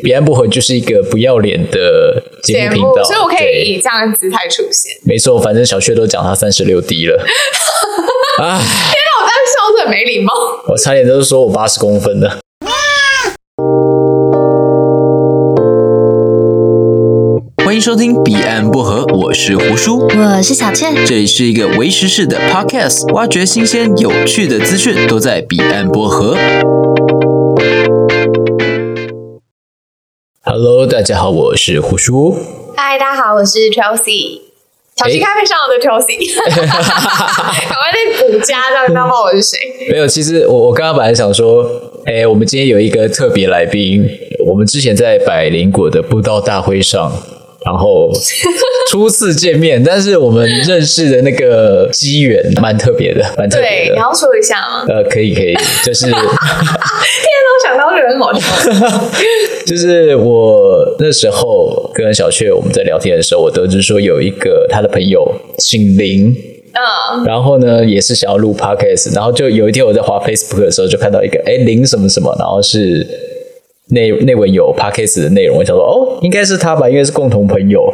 彼岸薄荷就是一个不要脸的节节目频目道，，所以我可对以以这样的姿态出现。没错，反正小薛都讲他三十六 D 了，唉，那我当时哦笑得很没礼貌。我差点都说我八十公分了。欢迎收听《彼岸薄荷》，我是胡叔。我是小倩，这里是一个为时事的 podcast，挖掘新鲜有趣的资讯，都在彼岸薄荷。 Hello，大家好，我是胡叔。嗨，大家好，我是 Chelsea。小心咖啡上的 Chelsea，赶快再补加，让大家知道我是谁。 没有，其实我我刚刚本来想说，哎，我们今天有一个特别来宾，我们之前在百灵果的布道大会上，然后初次见面，但是我们认识的那个机缘蛮特别的，蛮特别对，你的。要说一下吗？呃，可以可以，就是天哪，我想到就很好笑。 就是我那时候跟小雀我们在聊天的时候，我得知说有一个他的朋友姓林，嗯，然后呢，也是想要录 podcast，然后就有一天我在滑 Facebook 的时候，就看到一个哎零什么什么，然后是内内文有 podcast 的内容，我想说哦，应该是他吧，因为是共同朋友，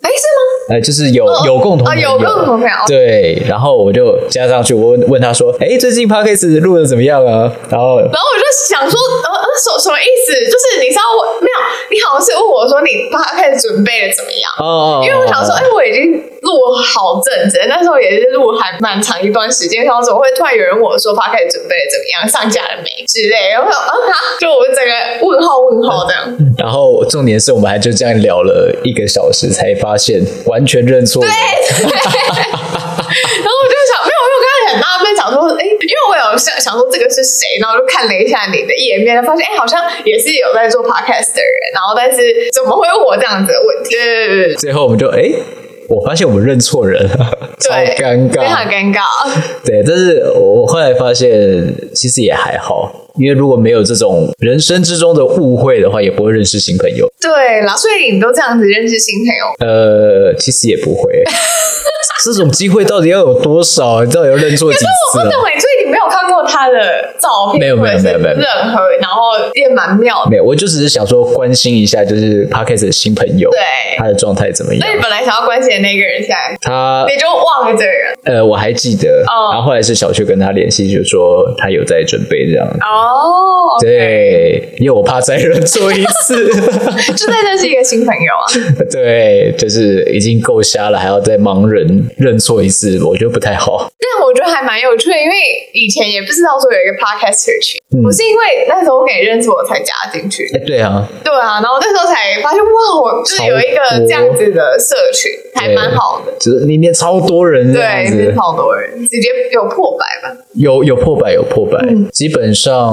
哎，是哎，就是有、哦有共同朋友、哦有共同朋友对，然后我就加上去，我问问他说，哎，最近 podcast 录的怎么样啊？然后吗？然后我就想说，呃，呃什什么意思？就是你知道我没有？你好像是问我说你他开始准备的怎么样？哦，因为我想说，哎、我已经录好阵子了，那时候也是录还蛮长一段时间，然后怎么会突然有人问我说 p o d c a 准备得怎么样，上架了没之类，然后我说啊哈，就我整个问号问号这样，然后重点是我们还就这样聊了一个小时，才发现完全认错人。 然后我就想，没有，因为我刚才很纳闷，想说，哎、因为我有想想说这个是谁，然后就看了一下你的页面，发现哎、好像也是有在做 podcast 的人，然后但是怎么会问我这呃样子的问题？对对对对对。最后我们就哎。我发现我们认错人了，超对尴尬，非常尴尬。对，但是我后来发现其实也还好，因为如果没有这种人生之中的误会的话，也不会认识新朋友。对啦，所以你都这样子认识新朋友，呃，其实也不 会，这种机会到底要有多少？你到底要认错几次不啊？懂哎，所以你没有看过他的照片，没有没有或者是没有没有任何，然后也蛮妙的。没有，我就只是想说关心一下，就是 Parkes 的新朋友，对他的状态怎么样那？你本来想要关心的那个人，现在他你就忘了这个人呃，我还记得，哦然后后来是小雀跟他联系，就说他有在准备这样。哦。对，因为我怕再认错一次。 就在认识一个新朋友啊，对，就是已经够瞎了，还要再盲人认错一次，我觉得不太好。但我觉得还蛮有趣的，因为以前也不知道说有一个 podcast 社群，我是因为那时候给认识我才加进去，哎，嗯对啊，对啊，然后那时候才发现哇，我就是有一超个多这样子的社群，还蛮好的，就是里面超多人这样对，是子，好多人，直接有破百吧，有有破百，有破百，嗯基本上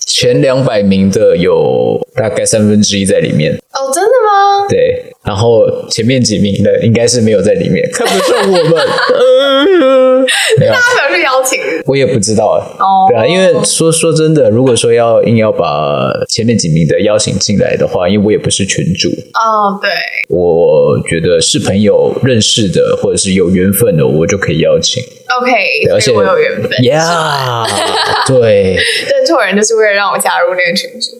前两百名的有大概三分之一在里面，哦，真的吗？对，然后前面几名的应该是没有在里面，看不上我 们，呃没有，他表示邀请日我也不知道啊。哦对啊，因为说说真的，如果说要硬要把前面几名的邀请进来的话，因为我也不是群主，哦，对，我觉得是朋友认识的或者是有缘分的，我就可以邀请。 OK，对而且所以我有缘分。 Yeah，对， 认错人就是为了让我加入那个群组，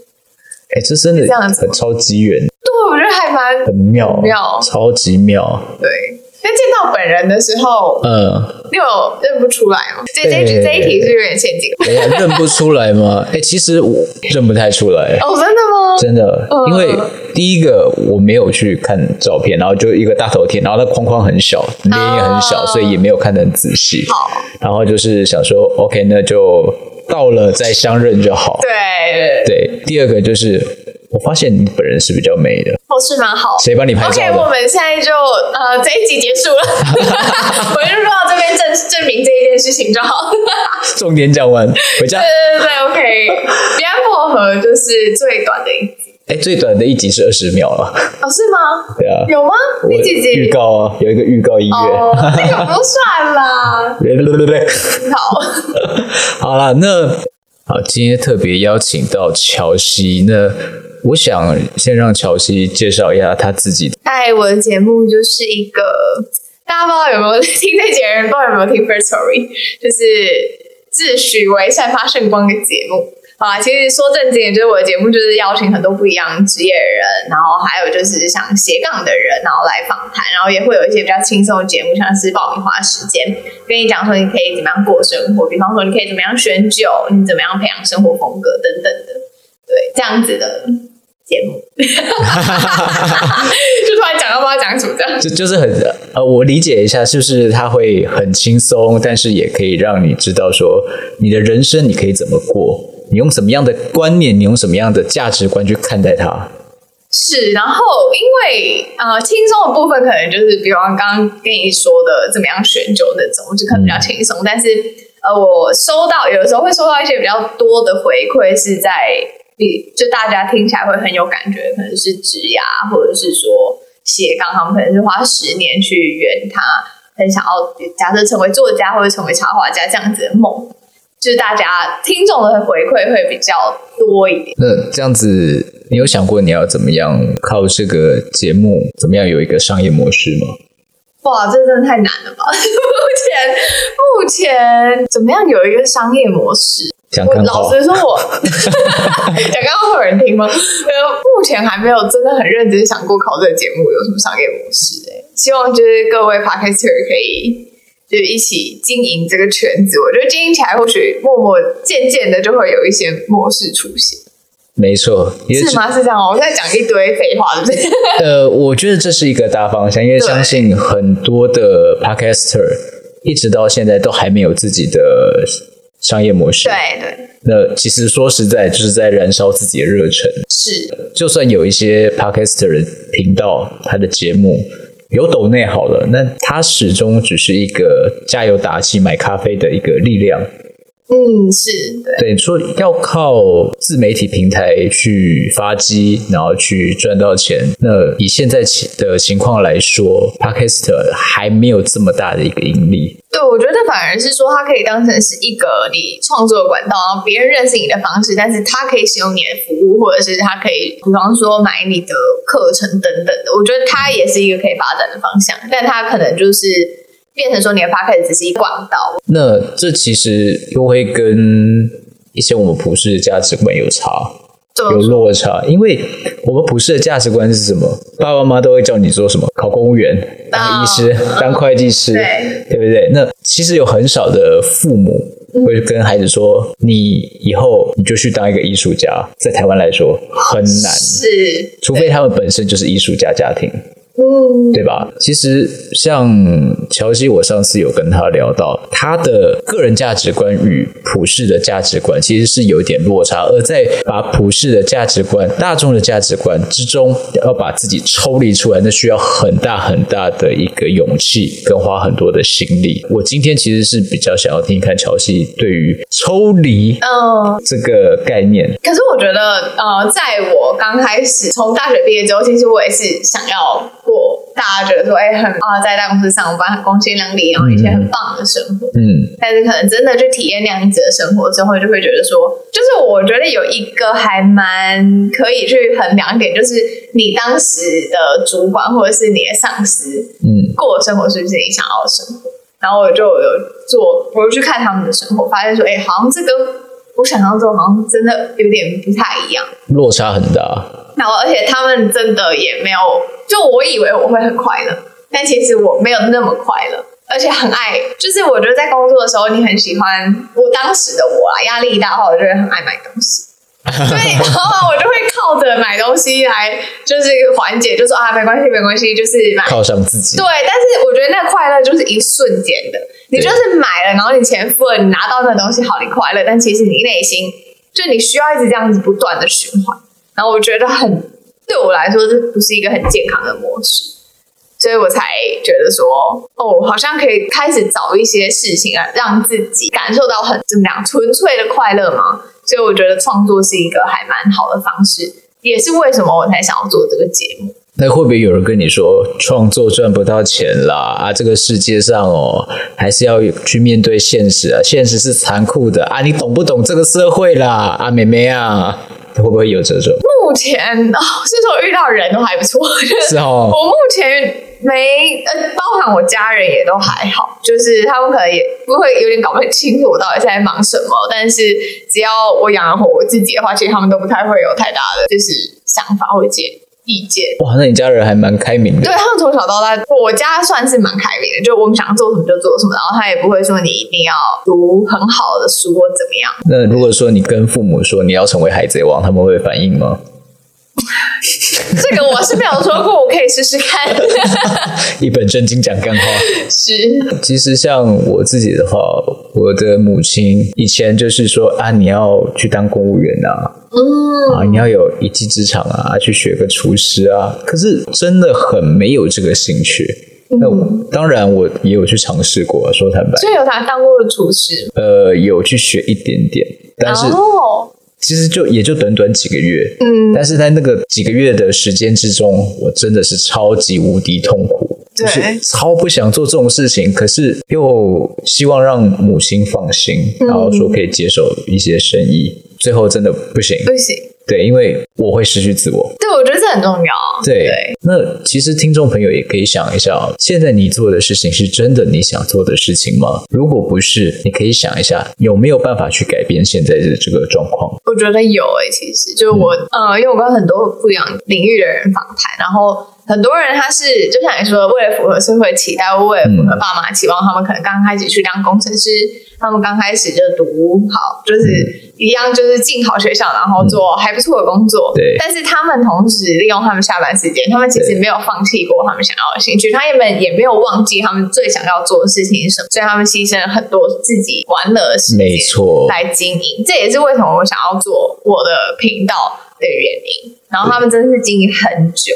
哎，这真的这样子很超级远，对，我觉得还蛮很妙，妙超级妙。对。但见到本人的时候，嗯，你有认不出来吗？这这对这一题是有点陷阱哎呀，认不出来吗？哎，其实我认不太出来。 哦，真的吗？真的，嗯因为第一个我没有去看照片，然后就一个大头贴，然后它框框很小，脸也很小，哦所以也没有看得很仔细。好，然后就是想说，OK，那就到了再相认就好。对，对，第二个就是我发现你本人是比较美的，我是蛮好。谁帮你拍照 OK，的我们现在就呃这一集 结束了，我就说到这边证证明这一件事情就好。 重点讲完，回家。对对对，OK，彼 岸薄荷就是最短的一集哎，最短的一集是二十秒了，哦，是吗？对啊。有吗？我第几集？预告啊，有一个预告音乐。哦，那个不算啦。对对对对。好， 好啦，那好，今天特别邀请到乔西，那我想先让乔西介绍一下他自己。嗨，哎我的节目就是一个大家不知道有没有听这节人，不知道有没有听 First Story，就是自诩为散发圣光的节目。好啊，其实说正经点，就是我的节目就是邀请很多不一样职业的人，然后还有就是像斜杠的人，然后来访谈，然后也会有一些比较轻松的节目，像是爆米花时间，跟你讲说你可以怎么样过生活，比方说你可以怎么样选酒，你怎么样培养生活风格等等的，对，这样子的节目， 就突然讲到不知道讲什么这样。就就是很呃，我理解一下，就是它会很轻松，但是也可以让你知道说你的人生你可以怎么过，你用什么样的观念，你用什么样的价值观去看待它。是，然后因为呃，轻松的部分可能就是，比方刚刚跟你说的怎么样选酒那种，就可能比较轻松。但是呃，我收到有的时候会收到一些比较多的回馈，是在比就大家听起来会很有感觉，可能是植牙，或者是说斜杠，他们可能是花十年去圆他很想要假设成为作家或者成为插画家这样子的梦。就是大家听众的回馈会比较多一点。那这样子，你有想过你要怎么样靠这个节目，怎么样有一个商业模式吗？哇，这真的太难了吧！ 目前目前怎么样有一个商业模式？想我看老好实说我， 讲刚刚会有人听吗？呃，目前还没有真的很认真想过考这个节目有什么商业模式、欸。希望就是各位 podcaster 可以就是一起经营这个圈子。我觉得经营起来，或许默默渐渐的就会有一些模式出现，没错，因为是吗？是这样哦，我在讲一堆废话，对不对？呃，我觉得这是一个大方向，因为对相信很多的 podcaster 一直到现在都还没有自己的商业模式。对对，那其实说实在，就是在燃烧自己的热忱。是就算有一些 podcaster 的频道，他的节目有抖内好了，那他始终只是一个加油打气、买咖啡的一个力量。嗯是，对。对，说要靠自媒体平台去发迹，然后去赚到钱。那以现在起的情况来说 p a k i s t 还没有这么大的一个盈利。对，我觉得反而是说，它可以当成是一个你创作的管道，然后别人认识你的方式，但是他可以使用你的服务，或者是他可以，比方说买你的课程等等的。我觉得它也是一个可以发展的方向，但它可能就是变成说你的 p a c k a g e 只是一个管道。那这其实又会跟一些我们普世的价值观有差，就有落差。因为我们普世的价值观是什么？爸爸妈妈都会叫你做什么？考公务员、当医师、当会计师，对对不对？那其实有很少的父母会跟孩子说，你以后你就去当一个艺术家，在台湾来说很难，是，除非他们本身就是艺术家家庭，嗯，对吧？其实像乔西，我上次有跟他聊到，他的个人价值观与普世的价值观其实是有一点落差，而在把普世的价值观、大众的价值观之中，要把自己抽离出来，那需要很大很大的一个勇气，跟花很多的心力。我今天其实是比较想要听一看乔西对于抽离嗯。这个概念，可是我觉得，呃，在我刚开始从大学毕业之后，其实我也是想要过大家觉得说，哎、很啊、在大公司上班很光鲜亮丽，然后一些很棒的生活。嗯，但是可能真的去体验那样子的生活之后，就会觉得说，就是我觉得有一个还蛮可以去衡量一点，就是你当时的主管或者是你的上司，嗯，过的生活是不是你想要的生活？然后我就有做，我就去看他们的生活，发现说，哎、好像这跟我想象中好像真的有点不太一样。落差很大，然后而且他们真的也没有，就我以为我会很快乐，但其实我没有那么快乐，而且很爱，就是我觉得在工作的时候，你很喜欢我当时的我啊，压力一大的话，我就会很爱买东西。所以，然后我就会靠着买东西来，就是缓解，就说啊，没关系，没关系，就是买靠上自己对，，但是我觉得那个快乐就是一瞬间的，你就是买了，然后你钱付了，你拿到那个东西，好，你快乐，但其实你内心就你需要一直这样子不断的循环，然后我觉得很对我来说，这不是一个很健康的模式，所以我才觉得说，哦，好像可以开始找一些事情啊，让自己感受到很怎么样纯粹的快乐嘛，所以我觉得创作是一个还蛮好的方式，也是为什么我才想要做这个节目。那会不会有人跟你说创作赚不到钱啦？啊，这个世界上哦，还是要去面对现实啊，现实是残酷的啊！你懂不懂这个社会啦？啊，妹妹啊，会不会有这种？目前哦，是说遇到人都还不错，就是哦我目前没呃，包含我家人也都还好，就是他们可能也不会有点搞不很清楚我到底在忙什么，但是只要我养得活我自己的话，其实他们都不太会有太大的就是想法或者建意见。哇，那你家人还蛮开明的对。他们从小到大，我家算是蛮开明的，就我们想做什么就做什么，然后他也不会说你一定要读很好的书或怎么样。那如果说你跟父母说你要成为海贼王，他们会反应吗？这个我是没有说过，我可以试试看。 一本正经讲干话。是，其实像我自己的话，我的母亲以前就是说啊，你要去当公务员啊，嗯，啊，你要有一技之长啊，去学个厨师啊。可是真的很没有这个兴趣。那我当然我也有去尝试过，说坦白，所以有他当过的厨师，呃，有去学一点点，但是哦，其实就也就短短几个月。嗯，但是在那个几个月的时间之中，我真的是超级无敌痛苦，就对是超不想做这种事情，可是又希望让母亲放心，嗯然后说可以接手一些生意。最后真的不行，不行，对，因为我会失去自我。对，我觉得这很重要。对，那其实听众朋友也可以想一下哦，现在你做的事情是真的你想做的事情吗？如果不是，你可以想一下有没有办法去改变现在的这个状况。我觉得有诶、其实就是我，呃，因为我跟很多不一样领域的人访谈，然后很多人他是就像你说，的，为了符合社会期待，为了符合爸妈期望，他们可能刚开始去当工程师，他们刚开始就读好，就是一样就是进好学校，然后做还不错的工作。对但是他们同时利用他们下班时间，他们其实没有放弃过他们想要的兴趣，他们也没有忘记他们最想要做的事情是什么，所以他们牺牲了很多自己玩乐的时间。没错，来经营，这也是为什么我想要做我的频道的原因。然后他们真的是经营很久，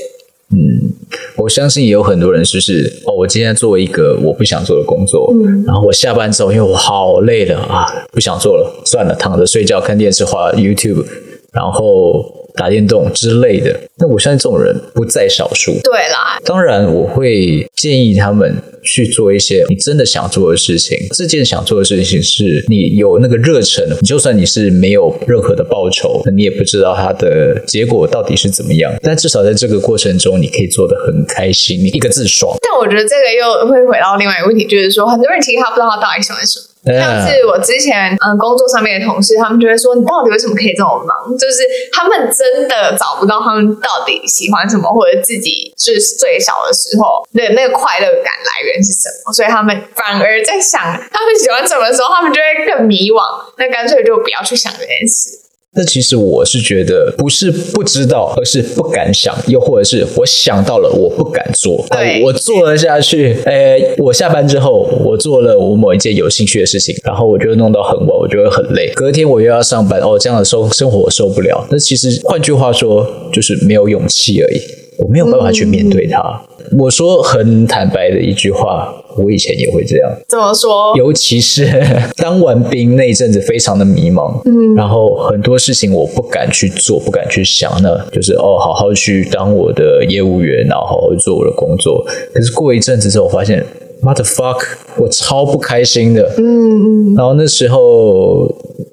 我相信也有很多人就是哦，我今天做一个我不想做的工作，嗯然后我下班之后因为我好累了啊，不想做了，算了，躺着睡觉、看电视、滑 YouTube，然后打电动之类的。那我相信这种人不在少数。对啦，当然，我会建议他们去做一些你真的想做的事情。这件想做的事情是你有那个热忱，你就算你是没有任何的报酬，你也不知道它的结果到底是怎么样。但至少在这个过程中，你可以做得很开心，你一个字爽。但我觉得这个又会回到另外一个问题，就是说很多人其实他不知道他到底喜欢什么。嗯像是我之前嗯工作上面的同事，他们就会说你到底为什么可以这么忙？就是他们真的找不到他们到底喜欢什么，或者自己就是最小的时候对那个快乐感来源是什么，所以他们反而在想他们喜欢什么的时候，他们就会更迷惘。那干脆就不要去想这件事。那其实我是觉得，不是不知道，而是不敢想，又或者是我想到了，我不敢做。对啊我做了下去。呃，我下班之后，我做了我某一件有兴趣的事情，然后我就弄到很晚，我就会很累。隔天我又要上班，哦，这样的生生活我受不了。那其实换句话说，就是没有勇气而已，我没有办法去面对它。我说很坦白的一句话，我以前也会这样。怎么说？尤其是 当完兵那一阵子，非常的迷茫，嗯，然后很多事情我不敢去做，不敢去想呢，就是哦，好好去当我的业务员，然后好好做我的工作。可是过一阵子之后，我发现，mother fuck，我超不开心的，嗯嗯，然后那时候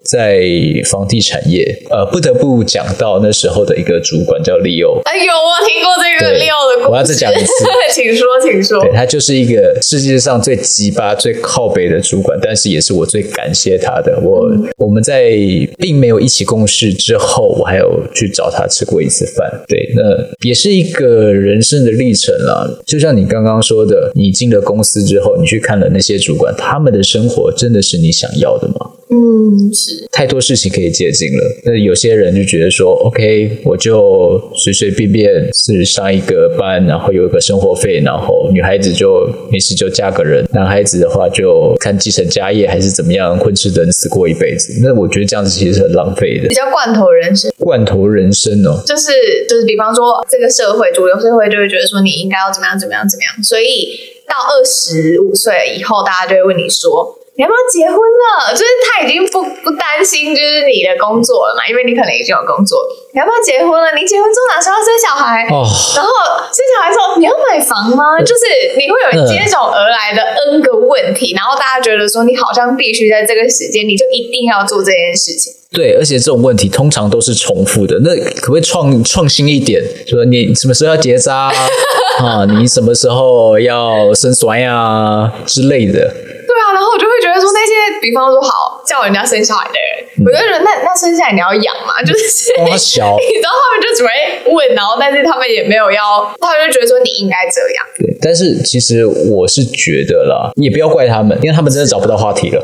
在房地产业，呃，不得不讲到那时候的一个主管叫利欧，哎呦，我听过这个对利奥的故事，我要再讲一次请说，请说。对他就是一个世界上最鸡巴、最靠北的主管，但是也是我最感谢他的。我、我们在并没有一起共事之后，我还有去找他吃过一次饭。对，那也是一个人生的历程啦。就像你刚刚说的，你进了公司之后，你去看了那些主管，他们的生活真的是你想要的吗？嗯，是，太多事情可以接近了。那有些人就觉得说，OK，我就随随便便是上一个班，然后有一个生活费，然后女孩子就没事就嫁个人，男孩子的话就看继承家业还是怎么样，混吃等死过一辈子。那我觉得这样子其实很浪费的 比，较罐头人生，罐头人生哦。就是就是，比方说这个社会主流社会就会觉得说你应该要怎么样怎么样怎么样，所以到二十五岁以后，大家就会问你说。你要不要结婚了？就是他已经不不担心，就是你的工作了嘛，因为你可能已经有工作。你要不要结婚了？你结婚之后哪时候要生小孩？哦，然后生小孩说你要买房吗？就是你会有接踵而来的 N 个问题，然后大家觉得说你好像必须在这个时间，你就一定要做这件事情。对，而且这种问题通常都是重复的。那可不可以创创新一点？说你什么时候要结扎啊？ 啊，你什么时候要生酸呀啊之类的？对啊，然后我就会觉得说那些，比方说好叫人家生小孩的人，我就觉得那那生下来你要养嘛，就是嗯哇小 你知道他们就只会问，然后但是他们也没有要，他们就觉得说你应该这样。对，但是其实我是觉得啦，也不要怪他们，因为他们真的找不到话题了。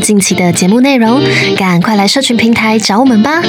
近期的节目内容。赶快来社群平台找我们吧！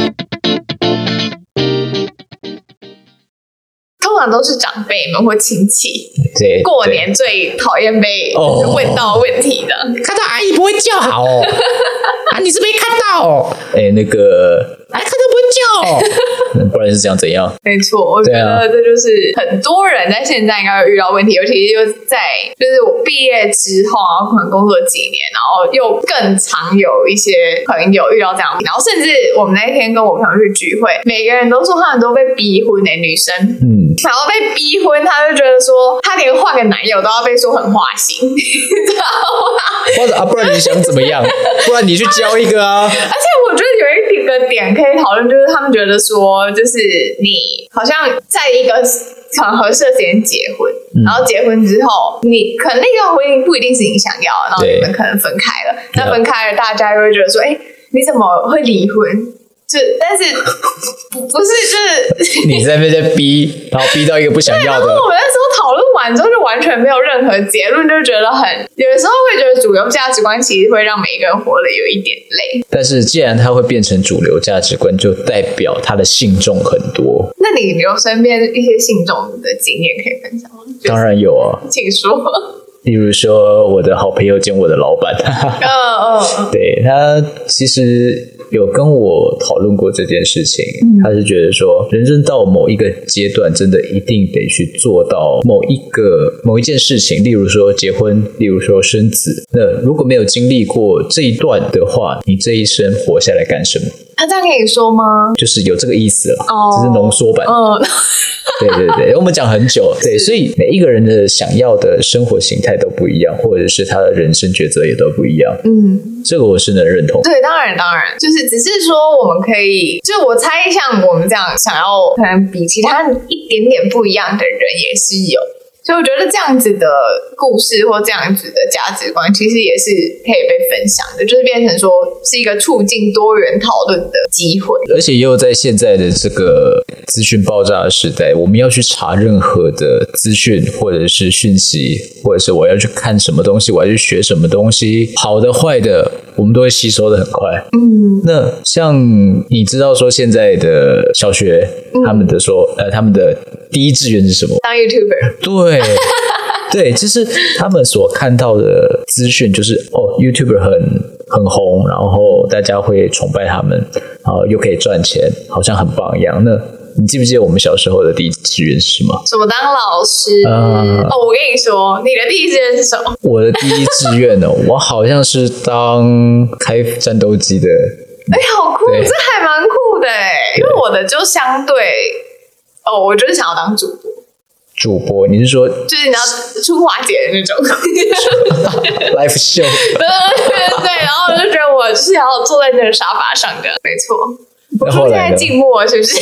通常都是长辈们或亲戚，对，过年最讨厌被哦问到问题的。看到阿姨不会叫好哦， 啊，你是没看到哦。哎、那个，哎，看到 不会叫哦，不然是这样怎样？没错，我觉对啊得这就是很多人在现在应该会遇到问题，尤其是就是在就是我毕业之后，然后可能工作几年，然后又更常有一些朋友遇到这样的问题，然后甚至我们那一天跟我朋友去聚会，每个人都说他们都被逼婚的、女生，嗯，然后被逼婚，她就觉得说她连换个男友都要被说很花心，你知道吗？或者啊，不然你想怎么 样？不然你去交一个啊。而且我觉得有一个点可以讨论，就是他们觉得说，就是你好像在一个很合适的时间结婚，嗯然后结婚之后，你可能那段婚姻不一定是你想要的，然后对你们可能分开了，对啊那分开了，大家就会觉得说，哎、你怎么会离婚？就但是不不是就是。你在那边在逼，然后逼到一个不想 要的然后，我们那时候讨论完之后，就完全没有任何结论，就觉得很有的时候会觉得主流价值观其实会让每一个人活得有一点累。但是既然它会变成主流价值观，就代表它的信众很多。那你有身边一些信众的经验可以分享吗？就是当然有啊，请说。例如说我的好朋友兼我的老板，嗯嗯 嗯，对他其实有跟我讨论过这件事情，嗯他是觉得说，人生到某一个阶段，真的一定得去做到某一个某一件事情，例如说结婚，例如说生子。那如果没有经历过这一段的话，你这一生活下来干什么？他这样跟你说吗？就是有这个意思了，嗯哦只是浓缩版。嗯，对对对，我们讲很久，对，所以每一个人的想要的生活形态都不一样，或者是他的人生抉择也都不一样，嗯，这个我是能认同。对，当然当然，就是只是说我们可以，就我猜像我们这样想要可能比其他一点点不一样的人也是有，所以我觉得这样子的故事或这样子的价值观，其实也是可以被分享的，就是变成说是一个促进多元讨论的机会。而且又在现在的这个资讯爆炸的时代，我们要去查任何的资讯或者是讯息，或者是我要去看什么东西，我要去学什么东西，好的坏的，我们都会吸收的很快。嗯，那像你知道说现在的小学，他们的说呃他们的第一志愿是什么？当 YouTuber， 对。对，就是他们所看到的资讯，就是哦，YouTuber 很很红，然后大家会崇拜他们，然后又可以赚钱，好像很棒一样。那你记不记得我们小时候的第一志愿是什 么？什么当老师？嗯哦，我跟你说，你的第一志愿是什么？我的第一志愿呢，我好像是当开战斗机的，哎、好酷，对这还蛮酷的哎，因为我的就相对，哦，我就是想要当主播，主播。你是说就是你知道春华姐的 那种， live show？对对对，然后我就觉得我就是要坐在那个沙发上的，没错。我那是不后是现来在呢？静默了是不是？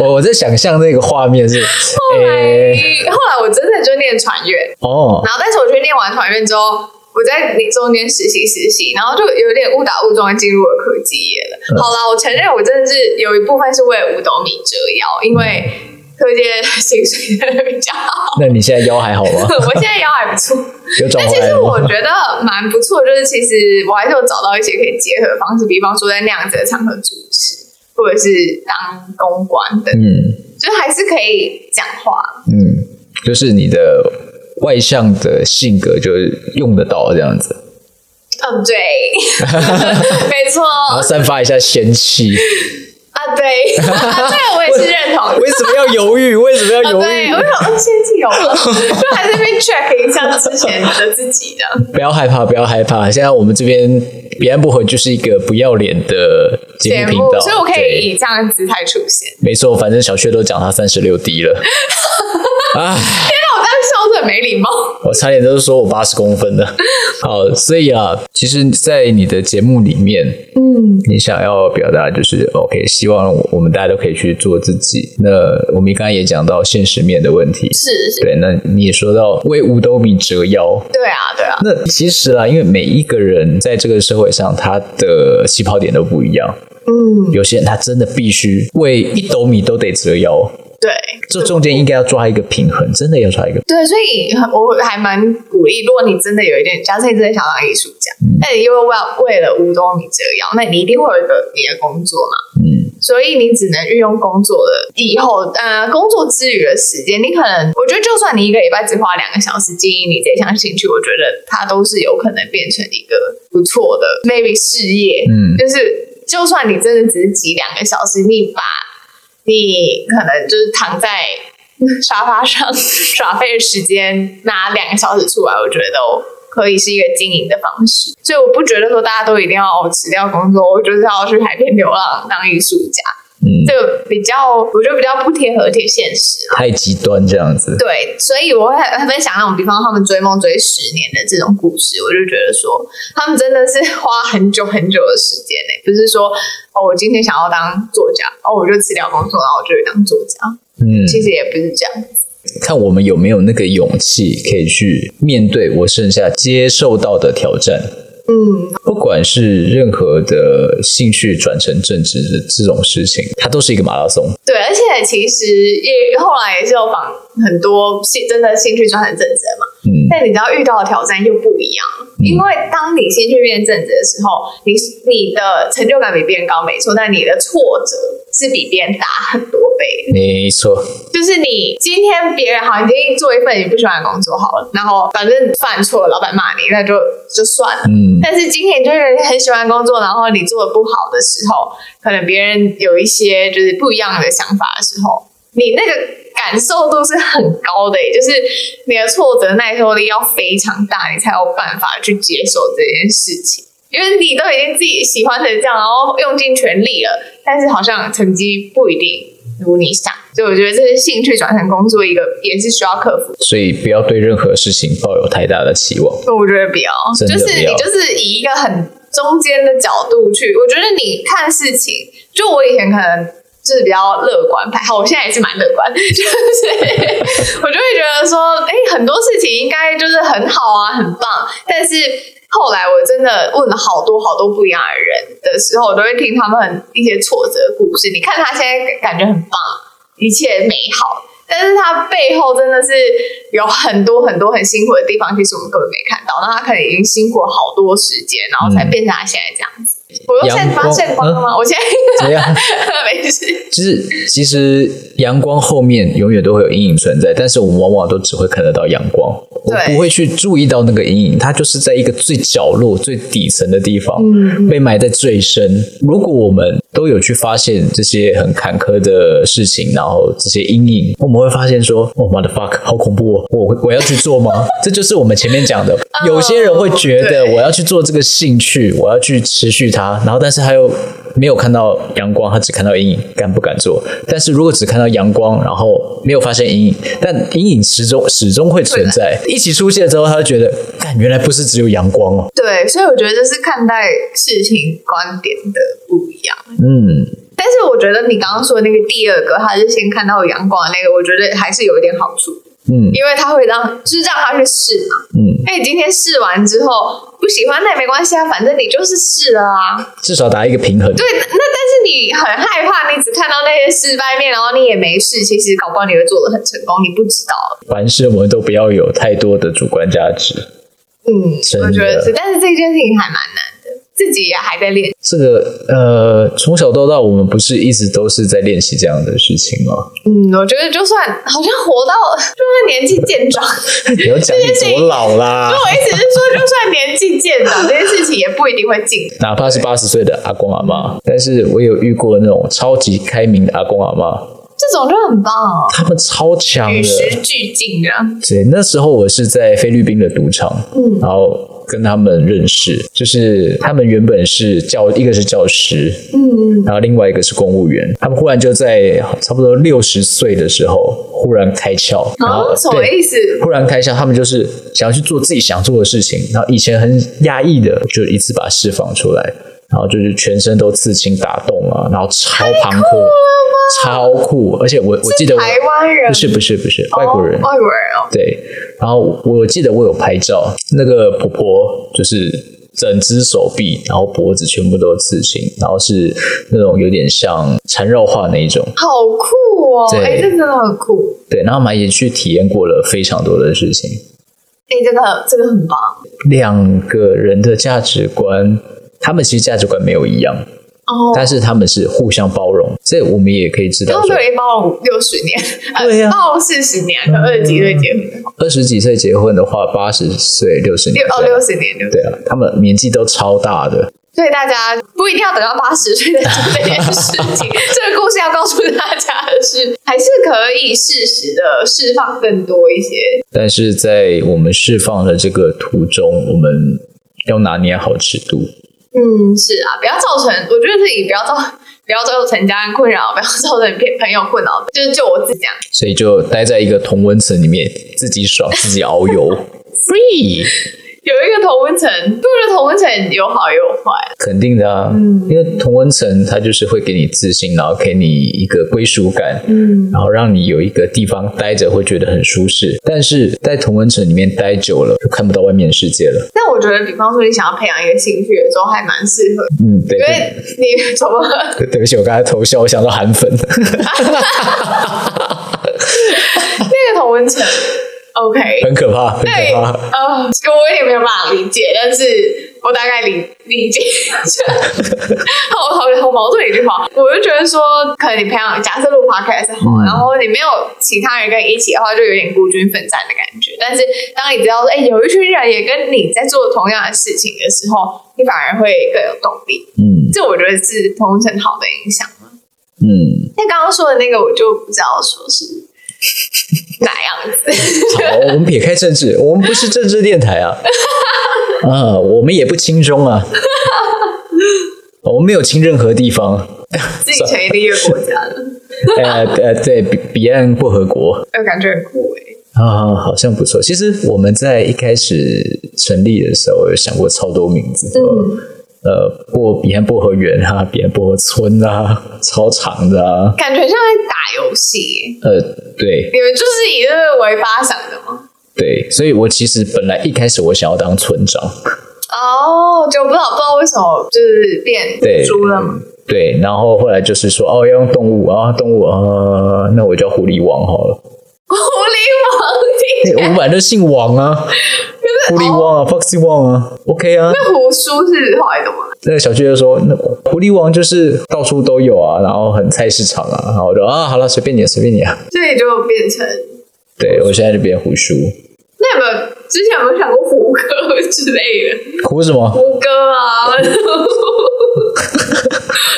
我我在想象那个画面是，后来、诶，后来我真的就念传院，哦，然后但是我去念完团院之后，我在你中间实习实习，然后就有点误打误撞进入了科技业了。好啦，我承认我真的是有一部分是为了五斗米折腰，因为科技业的薪水真的比较好。 那你现在腰还好吗？我现在腰还不错，有转但回其来实了我吗？觉得蛮不错，就是其实我还是有找到一些可以结合的方式，比方说在那样子的场合主持，或者是当公关等，嗯。就是还是可以讲话。嗯，就是你的外向的性格就是用得到这样子，嗯，对，没错。啊然后散发一下仙气。啊，对，对，这个我也是认同 的。为什么要犹豫？为什么要哦犹对，豫我？想哦，现 在是有了，就还在那边 check 一下之前的自己这样。不要害怕，不要害怕。现在我们这边彼岸薄荷就是一个不要脸的节目频道，所以我可对以以这样的姿态出现。没错，反正小薛都讲他三十六 D 了，啊唉，那我当时笑得很没礼貌。我差点都是说我八十公分的。好，所以啊，其实，在你的节目里面，嗯，你想要表达就是 OK，希望我们大家都可以去做自己。那我们刚才也讲到现实面的问题，是，是对，那你也说到为五斗米折腰。对啊，对啊，那其实啦，因为每一个人在这个社会上，他的起跑点都不一样。嗯，有些人他真的必须为一斗米都得折腰，对这中间应该要抓一个平衡，真的要抓一个。对，所以我还蛮鼓励，如果你真的有一点，假设你真的想当艺术家，嗯那你又为为了五斗米折腰，那你一定会有一个你的工作嘛。嗯，所以你只能运用工作的以后，呃，工作之余的时间，你可能我觉得，就算你一个礼拜只花两个小时经营你这项兴趣，我觉得它都是有可能变成一个不错的 maybe 事业。嗯就是就算你真的只是挤两个小时，你把你可能就是躺在 沙发上耍废的时间拿两个小时出来，我觉得都可以是一个经营的方式。所以我不觉得说大家都一定要哦辞掉工作，我就是要去海边流浪当艺术家，嗯，这个比较我觉得比较不贴合贴现实啊。太极端这样子。对，所以我会很分享那种，比方他们追梦追十年的这种故事，我就觉得说，他们真的是花很久很久的时间呢、不是说哦，我今天想要当作家，哦，我就辞掉工作，然后我就去当作家，嗯，其实也不是这样。看我们有没有那个勇气可以去面对我剩下接受到的挑战。嗯，不管是任何的兴趣转成正职的这种事情，它都是一个马拉松。对，而且其实也后来也是有访很多兴真的兴趣转很正职的嘛，嗯，但你知道遇到的挑战又不一样，因为当你兴趣变正职的时候，你你的成就感比别人高没错，但你的挫折是比别人大很多倍的。没错，就是你今天别人好，你今天做一份你不喜欢的工作好了，然后反正犯错了，老板骂你，那就就算了。嗯但是今天你就是很喜欢工作，然后你做的不好的时候，可能别人有一些就是不一样的想法的时候，你那个感受度是很高的、欸就是你的挫折耐受力要非常大，你才有办法去接受这件事情。因为你都已经自己喜欢成这样，然后用尽全力了，但是好像成绩不一定如你想，所以我觉得这是兴趣转成工作一个也是需要克服所以不要对任何事情抱有太大的期望。我觉得不要，真的就不要是你就是以一个很中间的角度去，我觉得你看事情，就我以前可能就是比较乐观派，好，我现在也是蛮乐观， 就是我就会觉得说，哎、很多事情应该就是很好啊，很棒，但是。后来我真的问了好多好多不一样的人的时候，我都会听他们一些挫折故事。你看他现在感觉很棒，一切美好，但是它背后真的是有很多很多很辛苦的地方，其实我们根本没看到。那他可能已经辛苦了好多时间，然后嗯才变成他现在这样子。我又现在发现光了吗？我现在怎样？ 没事。就是其实阳光后面永远都会有阴影存在，但是我们往往都只会看得到阳光，我对不会去注意到那个阴影，它就是在一个最角落、最底层的地方，被埋在最深。如果我们都有去发现这些很坎坷的事情，然后这些阴影，我们会发现说，哦，what the fuck，好恐怖哦！我我要去做吗？ 这就是我们前面讲的，有些人会觉得对我要去做这个兴趣，我要去持续它，然后但是他又没有看到阳光，他只看到阴影，敢不敢做？但是如果只看到阳光，然后没有发现阴影，但阴影始终始终会存在，一起出现之后，他就觉得，干，原来不是只有阳光哦，对，所以我觉得这是看待事情观点的不一样。嗯，但是我觉得你刚刚说的那个第二个，他是先看到阳光的那个，我觉得还是有一点好处。嗯因为他会让，就是让他去试嘛。哎嗯，那你今天试完之后不喜欢，那也没关系啊，反正你就是试了啊。至少达一个平衡。对，那那但是你很害怕，你只看到那些失败面，然后你也没事，其实搞不好你会做的很成功，你不知道。凡事我们都不要有太多的主观价值。嗯，真的我觉得是，但是这件事情还蛮难的。这自己也还在练。这个呃，从小到大，我们不是一直都是在练习这样的事情吗？嗯，我觉得就算好像活到就算年纪渐 长，你要讲你多老啦所以，我意思是说，就算年纪渐长，这件事情也不一定会进步。哪怕是八十岁的阿公阿妈，但是我有遇过那种超级开明的阿公阿妈，这种就很棒哦，他们超强与的，时俱进啊。对，那时候我是在菲律宾的赌场，嗯，然后跟他们认识，就是他们原本是教，一个是教师，嗯，然后另外一个是公务员，他们忽然就在差不多六十岁的时候忽然开窍，然后啊，什么呃对意思？忽然开窍，他们就是想要去做自己想做的事情，然后以前很压抑的，就一次把它释放出来，然后就是全身都刺青打洞啊，然后超庞阔，超酷，而且我我记得我台湾人不是不是不是哦外国人，外国人哦，对，然后我我记得我有拍照，那个婆婆就是整只手臂，然后脖子全部都是刺青，然后是那种有点像缠绕画那一种。好酷哦！对哎，这真的很酷。对，然后我们也去体验过了非常多的事情。哎，这个这个很棒两个人的价值观，他们其实价值观没有一样，哦。但是他们是互相包容，这我们也可以知他道们说都，已经包了六十年，呃对呀包了四十年，嗯可二十几岁结婚，二十几岁结婚的话，八十岁、六十年六哦代六十年，对不对？对啊，他们年纪都超大的，所以大家不一定要等到八十岁再做这件事情。这个故事要告诉大家的是，还是可以适时的释放更多一些。但是在我们释放的这个途中，我们要拿捏好尺度。嗯，是啊，不要造成，我觉得自己不要造，不要造成家人困扰，不要造成朋朋友困扰。就是就我自己讲，所以就待在一个同温层里面，自己爽，自己遨 游，free，有一个同温层，不觉得同温层有好也有坏。肯定的啊。因为同温层它就是会给你自信，然后给你一个归属感，嗯，然后让你有一个地方待着会觉得很舒适。但是在同温层里面待久了，就看不到外面的世界了。但我觉得，比方说你想要培养一个兴趣的时候，还蛮适合，嗯，对因对为你怎么 对，对不起，我刚才偷笑，我想到韩粉。那个同温层，OK， 很可怕，很对，可怕。呃，我也没有办法理解，但是我大概理理解 一下。好好好矛盾的一句话，我就觉得说，可能你培养假设录 podcast 好，嗯然后你没有其他人跟你一起的话，就有点孤军奋战的感觉。但是当你知道说，哎、有一群人也跟你在做同样的事情的时候，你反而会更有动力。嗯这我觉得是同温层好的影响。嗯，那刚刚说的那个，我就不知道说是哪样子。 好，啊我们撇开政治，我们不是政治电台 啊，啊，我们也不亲中 啊，我们没有亲任何地方。自己成立一个国家的，呃呃，对，彼彼岸共和国我感觉很酷 哎、啊，好像不错。其实我们在一开始成立的时候，有想过超多名字，嗯呃，薄彼岸薄荷园啊，彼岸薄荷村啊，超长的啊，感觉像在打游戏耶。呃，对，你们就是以这个为发想的吗？对，所以我其实本来一开始我想要当村长，哦，就不知道不知道为什么就是变对，猪了嘛。对，然后后来就是说，哦，要用动物啊，动物啊，呃那我叫狐狸王好了。 狐狸欸王听起来我本来就姓王啊，狐狸王啊，Foxy 王啊，OK 啊。那胡叔是后来的吗？那个小区就说，那狐狸王就是到处都有啊，然后很菜市场啊，然后我就啊，好了，随便你，随便你啊。所以就变成对我现在就变胡叔，那有没有之前有没有想过胡歌之类 的？胡什么？胡歌啊，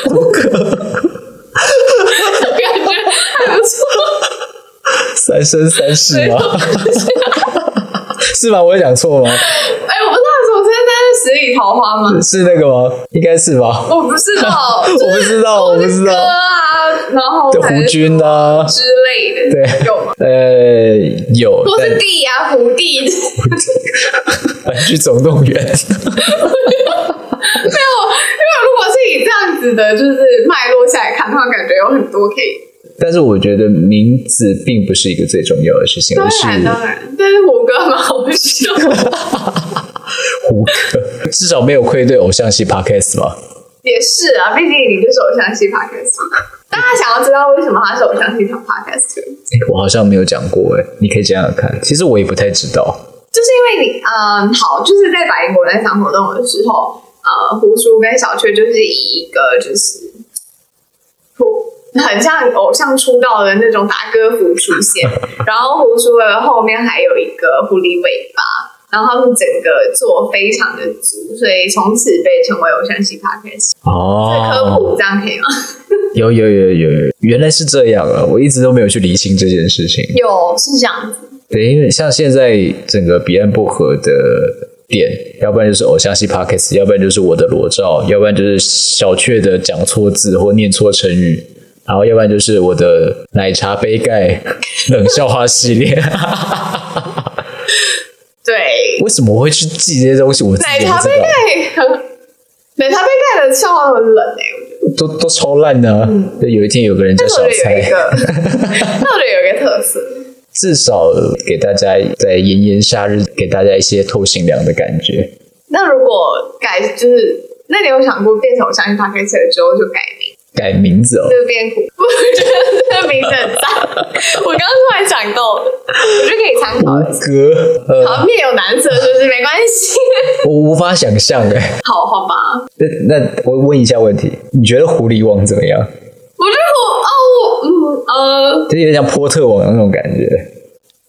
胡歌， 感觉还不错。 三生三世吗？ 是吗？我有讲错吗？哎、我不知道，我现在在十里桃花吗？是那个吗？应该是吧？我不知道，我不知道， 我不知歌道。啊，然后对还胡是军啊，之类的，对有吗？呃，有，或但是地啊，胡地，没有，玩具总动员， 因为如果是以这样子的，就是脉络下来看的话，感觉有很多可以。但是我觉得名字并不是一个最重要的事情，当而是然，当然，但是胡歌蛮好笑。 胡歌，至少没有愧对偶像系 podcast 嘛。也是啊，毕竟你就是偶像系 podcast。大家想要知道为什么他是偶像系 podcast，诶我好像没有讲过哎，你可以讲讲看。其实我也不太知道，呃就是因为你，嗯，好，就是在百灵果那场活动的时候，呃，胡叔跟小雀就是以一个就是呃出很像偶像出道的那种打歌服出现，然后胡叔的后面还有一个狐狸尾巴，然后他们整个做非常的足，所以从此被称为偶像 系 p o d c a s 科普哦，这样可以吗？有有有有有，原来是这样啊！我一直都没有去理清这件事情。有是这样子，对，因为像现在整个彼岸薄荷的店，要不然就是偶像系 Pockets，要不然就是我的裸照，要不然就是小雀的讲错字或念错成语，然后要不然就是我的奶茶杯盖冷笑话系列。 对，为什么我会去记这些东西？我自奶己也不茶知杯道，盖 很，奶茶杯盖的笑话很冷哎、我觉得。都都超烂的、啊。对有一天有个人叫但是小我觉得有一蔡，嗯个， 但我觉得有一个特色，至少给大家在炎炎夏日给大家一些透心凉的感觉。那如果改就是，那你有想过变成偶像剧 p o d c a s 之后就改名，改名字哦，就是变苦？我觉得这个名字很赞，我刚刚突然想到的，我觉得可以参考一啊下。哥，呃，好，面有难色就是没关系， 我无法想象哎、好好吧。那那我问一下问题，你觉得狐狸王怎么样？我觉得我哦，我嗯呃，就有点像波特王的那种感觉。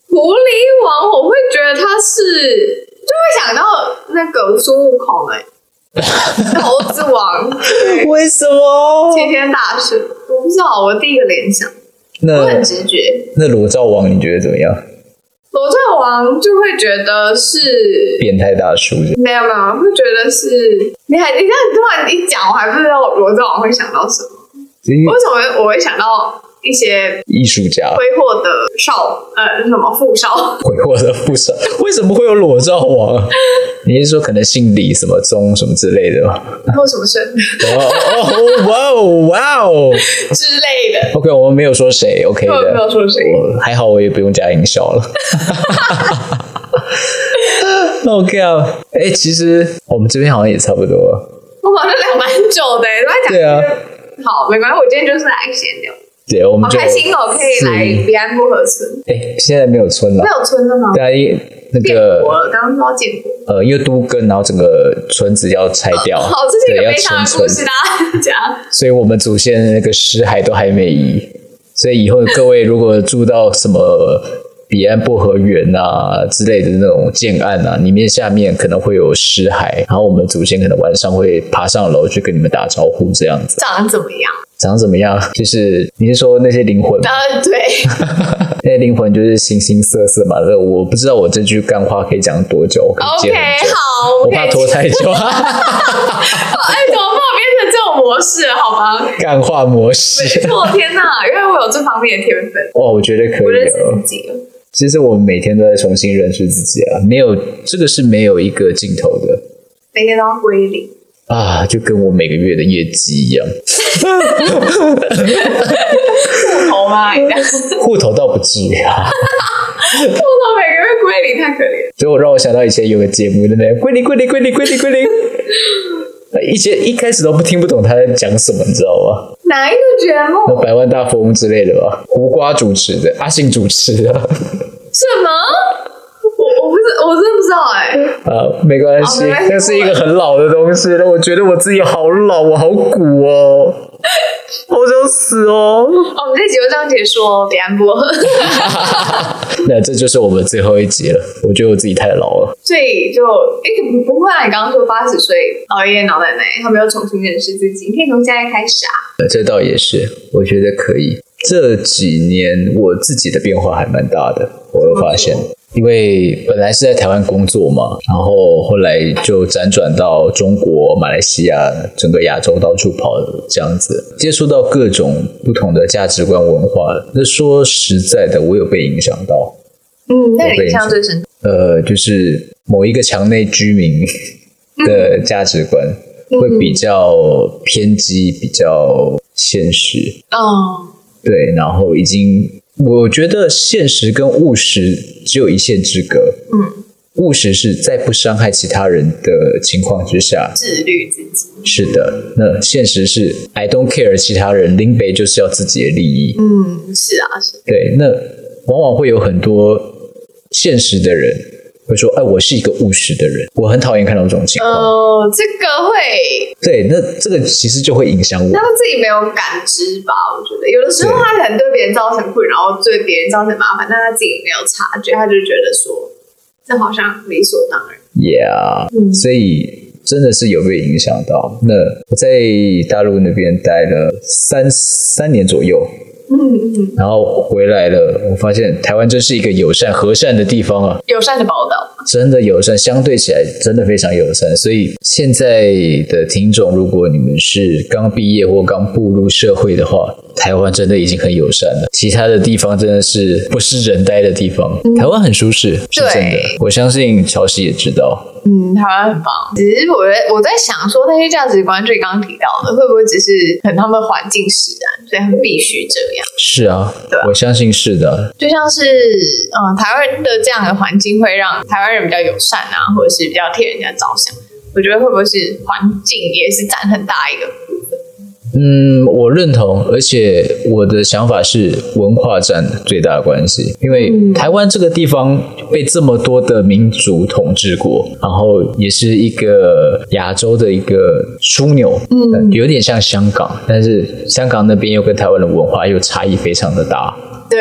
狐狸王，哦我会觉得他是就会想到那个孙悟 空哎、猴子王，对为什么齐天大圣，我不知道，我第一个联想，我那很直觉。那裸照王你觉得怎么样？裸照王就会觉得是变态大叔这样没有没有，会觉得是你还你这样突然一讲，我还不知道我裸照王会想到什么，就是为什么我会想到一些艺术家 挥霍的少呃什么富少？挥霍的不少，为什么会有裸照王？你是说可能姓李什么宗什么之类的吗？或什么生哦哦哇哦哇哦之类的， ！OK，我们没有说 谁，OK 因为我没有的，说谁。啊我还好我也不用加营销了。 那 OK 啊，哎、其实我们这边好像也差不多了。我好像聊蛮久的、都在讲。对啊，好，没关系，我今天就是来闲聊，对，我们好就开心哦，可以来四。彼岸薄荷村。哎，现在没有村了没，有村了吗？大家一那建国个了，刚刚说到建国。呃，因为都更，然后整个村子要拆掉，哦好，这是一对，个要悲迁伤的故村，事，大家。所以我们祖先的那个尸骸都还没移，所以以后各位如果住到什么。彼岸薄荷园啊之类的那种建案啊，里面下面可能会有尸骸，然后我们祖先可能晚上会爬上楼去跟你们打招呼，这样子长得怎 么样？长怎么样？就是你是说那些灵 魂吗？呃，对，那些灵魂就是形形色色嘛。那我不知道我这句干话可以讲多久，我可以 OK，接很久。好，我我们可怕以拖继续。太久， 哎，怎么把我变成这种模式了？好吗？干话模式。我天哪，因为我有这方面的天分，哇，我觉得可我认以识哦自。己了。其实我每天都在重新认识自己啊，没有这个是没有一个尽头的每天都要归零，啊，就跟我每个月的业绩一样。不头吗？你 这样，不户头倒不至于啊， 头每个月归零太可怜了。所以我让我想到以前有个节目，对不对？归零，归零，归零，归零，归零。以前 一开始都不听不懂他在讲什么，你知道吗？哪一个节目？那百万大富翁之类的吧，胡瓜主持的，阿信主持的， 什么？我我不是，我真的不知道哎、呃，没关系哦没关系，那是一个很老的东西了。我觉得我自己好老，我好古哦，好想死哦。哦我们这集就这样结束哦，别安播。那这就是我们最后一集了，我觉得我自己太老了。所以就哎、不不会啊！你刚刚说八十岁老爷爷老奶奶，他们要重新认识自己，你可以从现在开始啊。呃这倒也是，我觉得可以。这几年我自己的变化还蛮大的，我有发现，因为本来是在台湾工作嘛，然后后来就辗转到中国、马来西亚，整个亚洲到处跑这样子，接触到各种不同的价值观文化。那说实在的，我有被影响到，嗯，那我你被印象最深刻，呃，就是某一个墙内居民的价值观会比较偏激，比较现实。嗯，对，然后已经，我觉得现实跟务实只有一线之隔。嗯，务实是在不伤害其他人的情况之下，自律自己，是的。那现实是 I don't care 其他人，林北就是要自己的利益。嗯，是啊，是，对，那往往会有很多现实的人，会说，哎，我是一个务实的人，我很讨厌看到这种情况。哦，这个会对，那这个其实就会影响我他。们自己没有感知吧？我觉得有的时候对他可能对别人造成困扰，对别人造成麻烦，但他自己没有察觉，他就觉得说这好像理所当然。 Yeah，、所以真的是有被影响到。那我在大陆那边待了三三年左右，嗯嗯，然后回来了，我发现台湾真是一个友善和善的地方啊，友善的报道。真的友善，相对起来真的非常友善。所以现在的听众，如果你们是刚毕业或刚步入社会的话，台湾真的已经很友善了，其他的地方真的是不是人待的地方。台湾很舒适，是真的嗯对。我相信乔西也知道，嗯，台湾很棒。只是我在我在想说，那些价值观，就你刚刚提到的，会不会只是很他们环境使然，所以他们必须这样？是啊，对啊我相信是的。就像是嗯，台湾的这样的环境会让台湾人比较友善啊，或者是比较替人家着想。我觉得会不会是环境也是占很大一个？嗯，我认同，而且我的想法是文化占最大的关系，因为台湾这个地方被这么多的民族统治过，然后也是一个亚洲的一个枢纽，嗯，有点像香港，但是香港那边又跟台湾的文化又差异非常的大，对，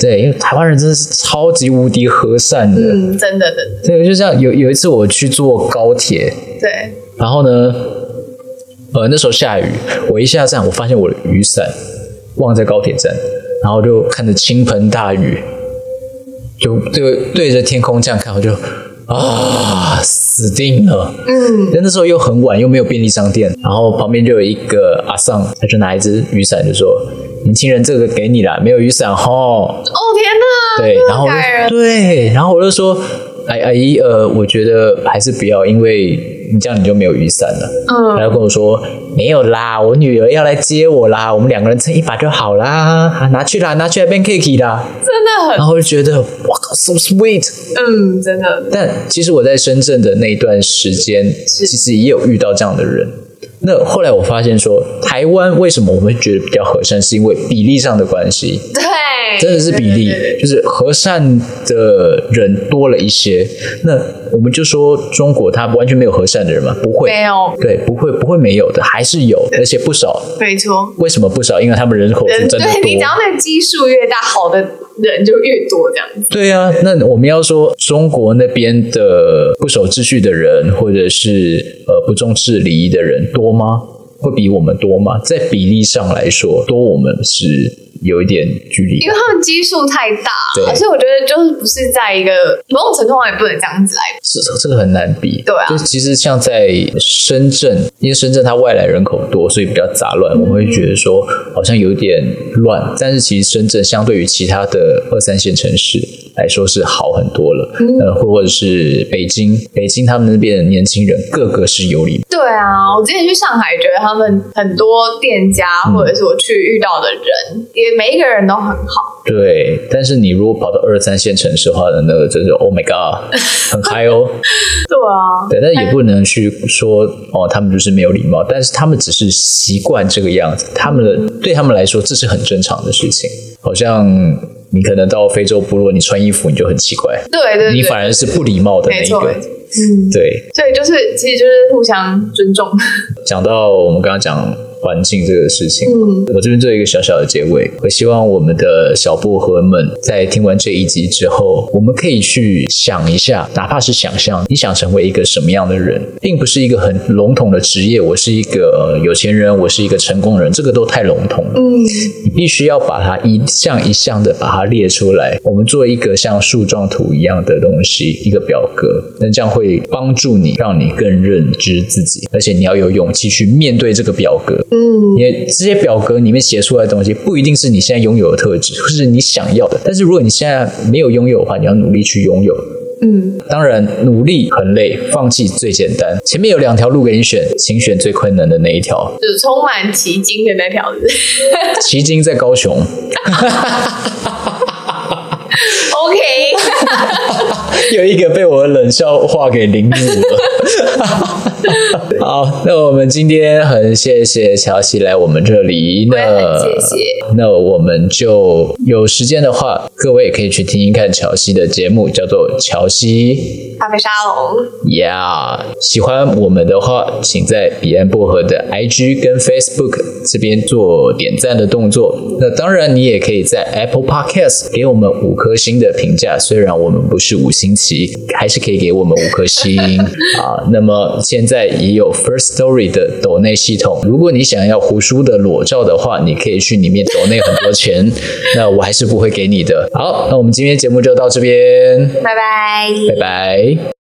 对，因为台湾人真的是超级无敌和善的，嗯，真的，真的，对，就像有有一次我去坐高铁，对，然后呢，呃，那时候下雨，我一下站，我发现我的雨伞忘在高铁站，然后就看着倾盆大雨，就对对着天空这样看，我就啊，死定了。嗯，但那时候又很晚，又没有便利商店，然后旁边就有一个阿桑，他就拿一只雨伞，就说：“年轻人，这个给你啦，没有雨伞吼。”哦天哪， 对，然后我这么感人就对，然后我就说，哎阿姨，呃，我觉得还是不要，因为你这样你就没有雨伞了。嗯，然后跟我说没有啦，我女儿要来接我啦，我们两个人撑一把就好啦，啊拿去啦，拿去啦变 Kiki 啦。真的很，然后我就觉得哇靠，so sweet。嗯，真的，但其实我在深圳的那一段时间，其实也有遇到这样的人。那后来我发现说，台湾为什么我们会觉得比较和善，是因为比例上的关系。对，真的是比例对对对，就是和善的人多了一些。那我们就说中国它完全没有和善的人吗？不会，没有，对，不会，不会没有的，还是有，而且不少。没错。为什么不少？因为他们人口人是真的对你只要多。那个基数越大，好的人就越多，这样子。对啊，那我们要说中国那边的不守秩序的人，或者是呃不重视礼仪的人多吗？会比我们多吗？在比例上来说，多我们是有一点距离的因。为他们基数太大对，而且我觉得就是不是在一个某种程度上也不能这样子来。这这个很难比，对啊就其实像在深圳，因为深圳它外来人口多，所以比较杂乱，我们会觉得说好像有点乱。但是其实深圳相对于其他的二三线城市来说是好很多了，嗯呃，或或者是北京，北京他们那边的年轻人个个是有礼貌，对啊，我之前去上海，觉得他们很多店家嗯或者是我去遇到的人，也每一个人都很好。对。但是你如果跑到二三线城市的话呢，那个真是 Oh my God，很嗨 哦。对啊，对，但也不能去说哦，他们就是没有礼貌，但是他们只是习惯这个样子，他们的对他们来说这是很正常的事情。好像你可能到非洲部落，你穿衣服你就很奇怪，对对你对，反而是不礼貌的那没一错没个错。。嗯，对，所以就是其实就是互相尊重。 讲到我们刚刚讲环境这个事情，嗯我这边做一个小小的结尾，我希望我们的小薄荷们在听完这一集之后，我们可以去想一下，哪怕是想象你想成为一个什么样的人，并不是一个很笼统的职业，我是一个呃有钱人，我是一个成功人，这个都太笼统了。嗯，你必须要把它一项一项的把它列出来，我们做一个像树状图一样的东西，一个表格，那这样会帮助你，让你更认知自己，而且你要有勇气去面对这个表格。嗯，你这些表格里面写出来的东西，不一定是你现在拥有的特质，或是你想要的。但是如果你现在没有拥有的话，你要努力去拥有。嗯，当然，努力很累，放弃最简单。前面有两条路给你选，请选最困难的那一条。就是充满奇经的那 条子。奇经在高雄， OK， 有一个被我的冷笑话给凌辱了。好，那我们今天很谢谢乔西来我们这里，我也很那谢谢那我们就有时间的话，各位也可以去听一看乔西的节目，叫做《乔西咖啡沙龙，呀》。喜欢我们的话，请在彼岸薄荷的 IG 跟 Facebook 这边做点赞的动作。那当然，你也可以在 Apple Podcast 给我们五颗星的评价，虽然我们不是五星旗，还是可以给我们五颗星啊。那么现在也有 First Story 的抖内系统，如果你想要胡叔的裸照的话，你可以去里面抖内很多钱，那我还是不会给你的。好，那我们今天节目就到这边，拜拜。拜拜。